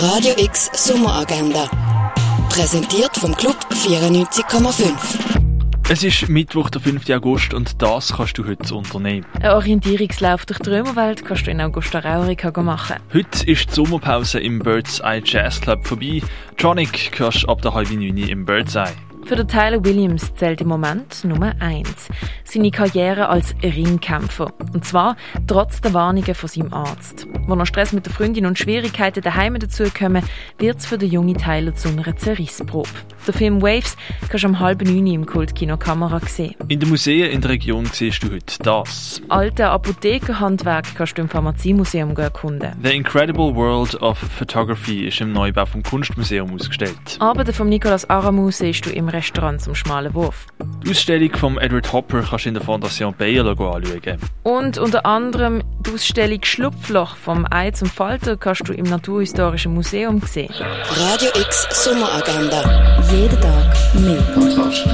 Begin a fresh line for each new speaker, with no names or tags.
Radio X Sommeragenda. Präsentiert vom Club 94,5.
Es ist Mittwoch, der 5. August und das kannst du heute unternehmen.
Ein Orientierungslauf durch die Römerwelt kannst du in Augusta Raurica machen.
Heute ist die Sommerpause im Bird's Eye Jazz Club vorbei. Tronic hörst ab der halben Neun im Bird's Eye.
Für den Tyler Williams zählt im Moment Nummer eins Seine Karriere als Ringkämpfer. Und zwar trotz der Warnungen von seinem Arzt. Wo noch Stress mit der Freundin und Schwierigkeiten daheim dazukommen, wird es für den jungen Tyler zu einer Zerrissprobe. Der Film Waves kannst du am halben neun im Kultkino Kamera sehen.
In den Museen in der Region siehst du heute das.
Alte Apothekerhandwerk kannst du im Pharmaziemuseum erkunden.
The Incredible World of Photography ist im Neubau vom Kunstmuseum ausgestellt.
Arbeiten von Nicolas Aramu siehst du im Restaurant zum schmalen Wurf.
Die Ausstellung von Edward Hopper kannst du in der Fondation Bayer anschauen.
Und unter anderem die Ausstellung Schlupfloch vom Ei zum Falter kannst du im Naturhistorischen Museum sehen.
Radio X Sommeragenda. Jeden Tag mehr.
Kontrast.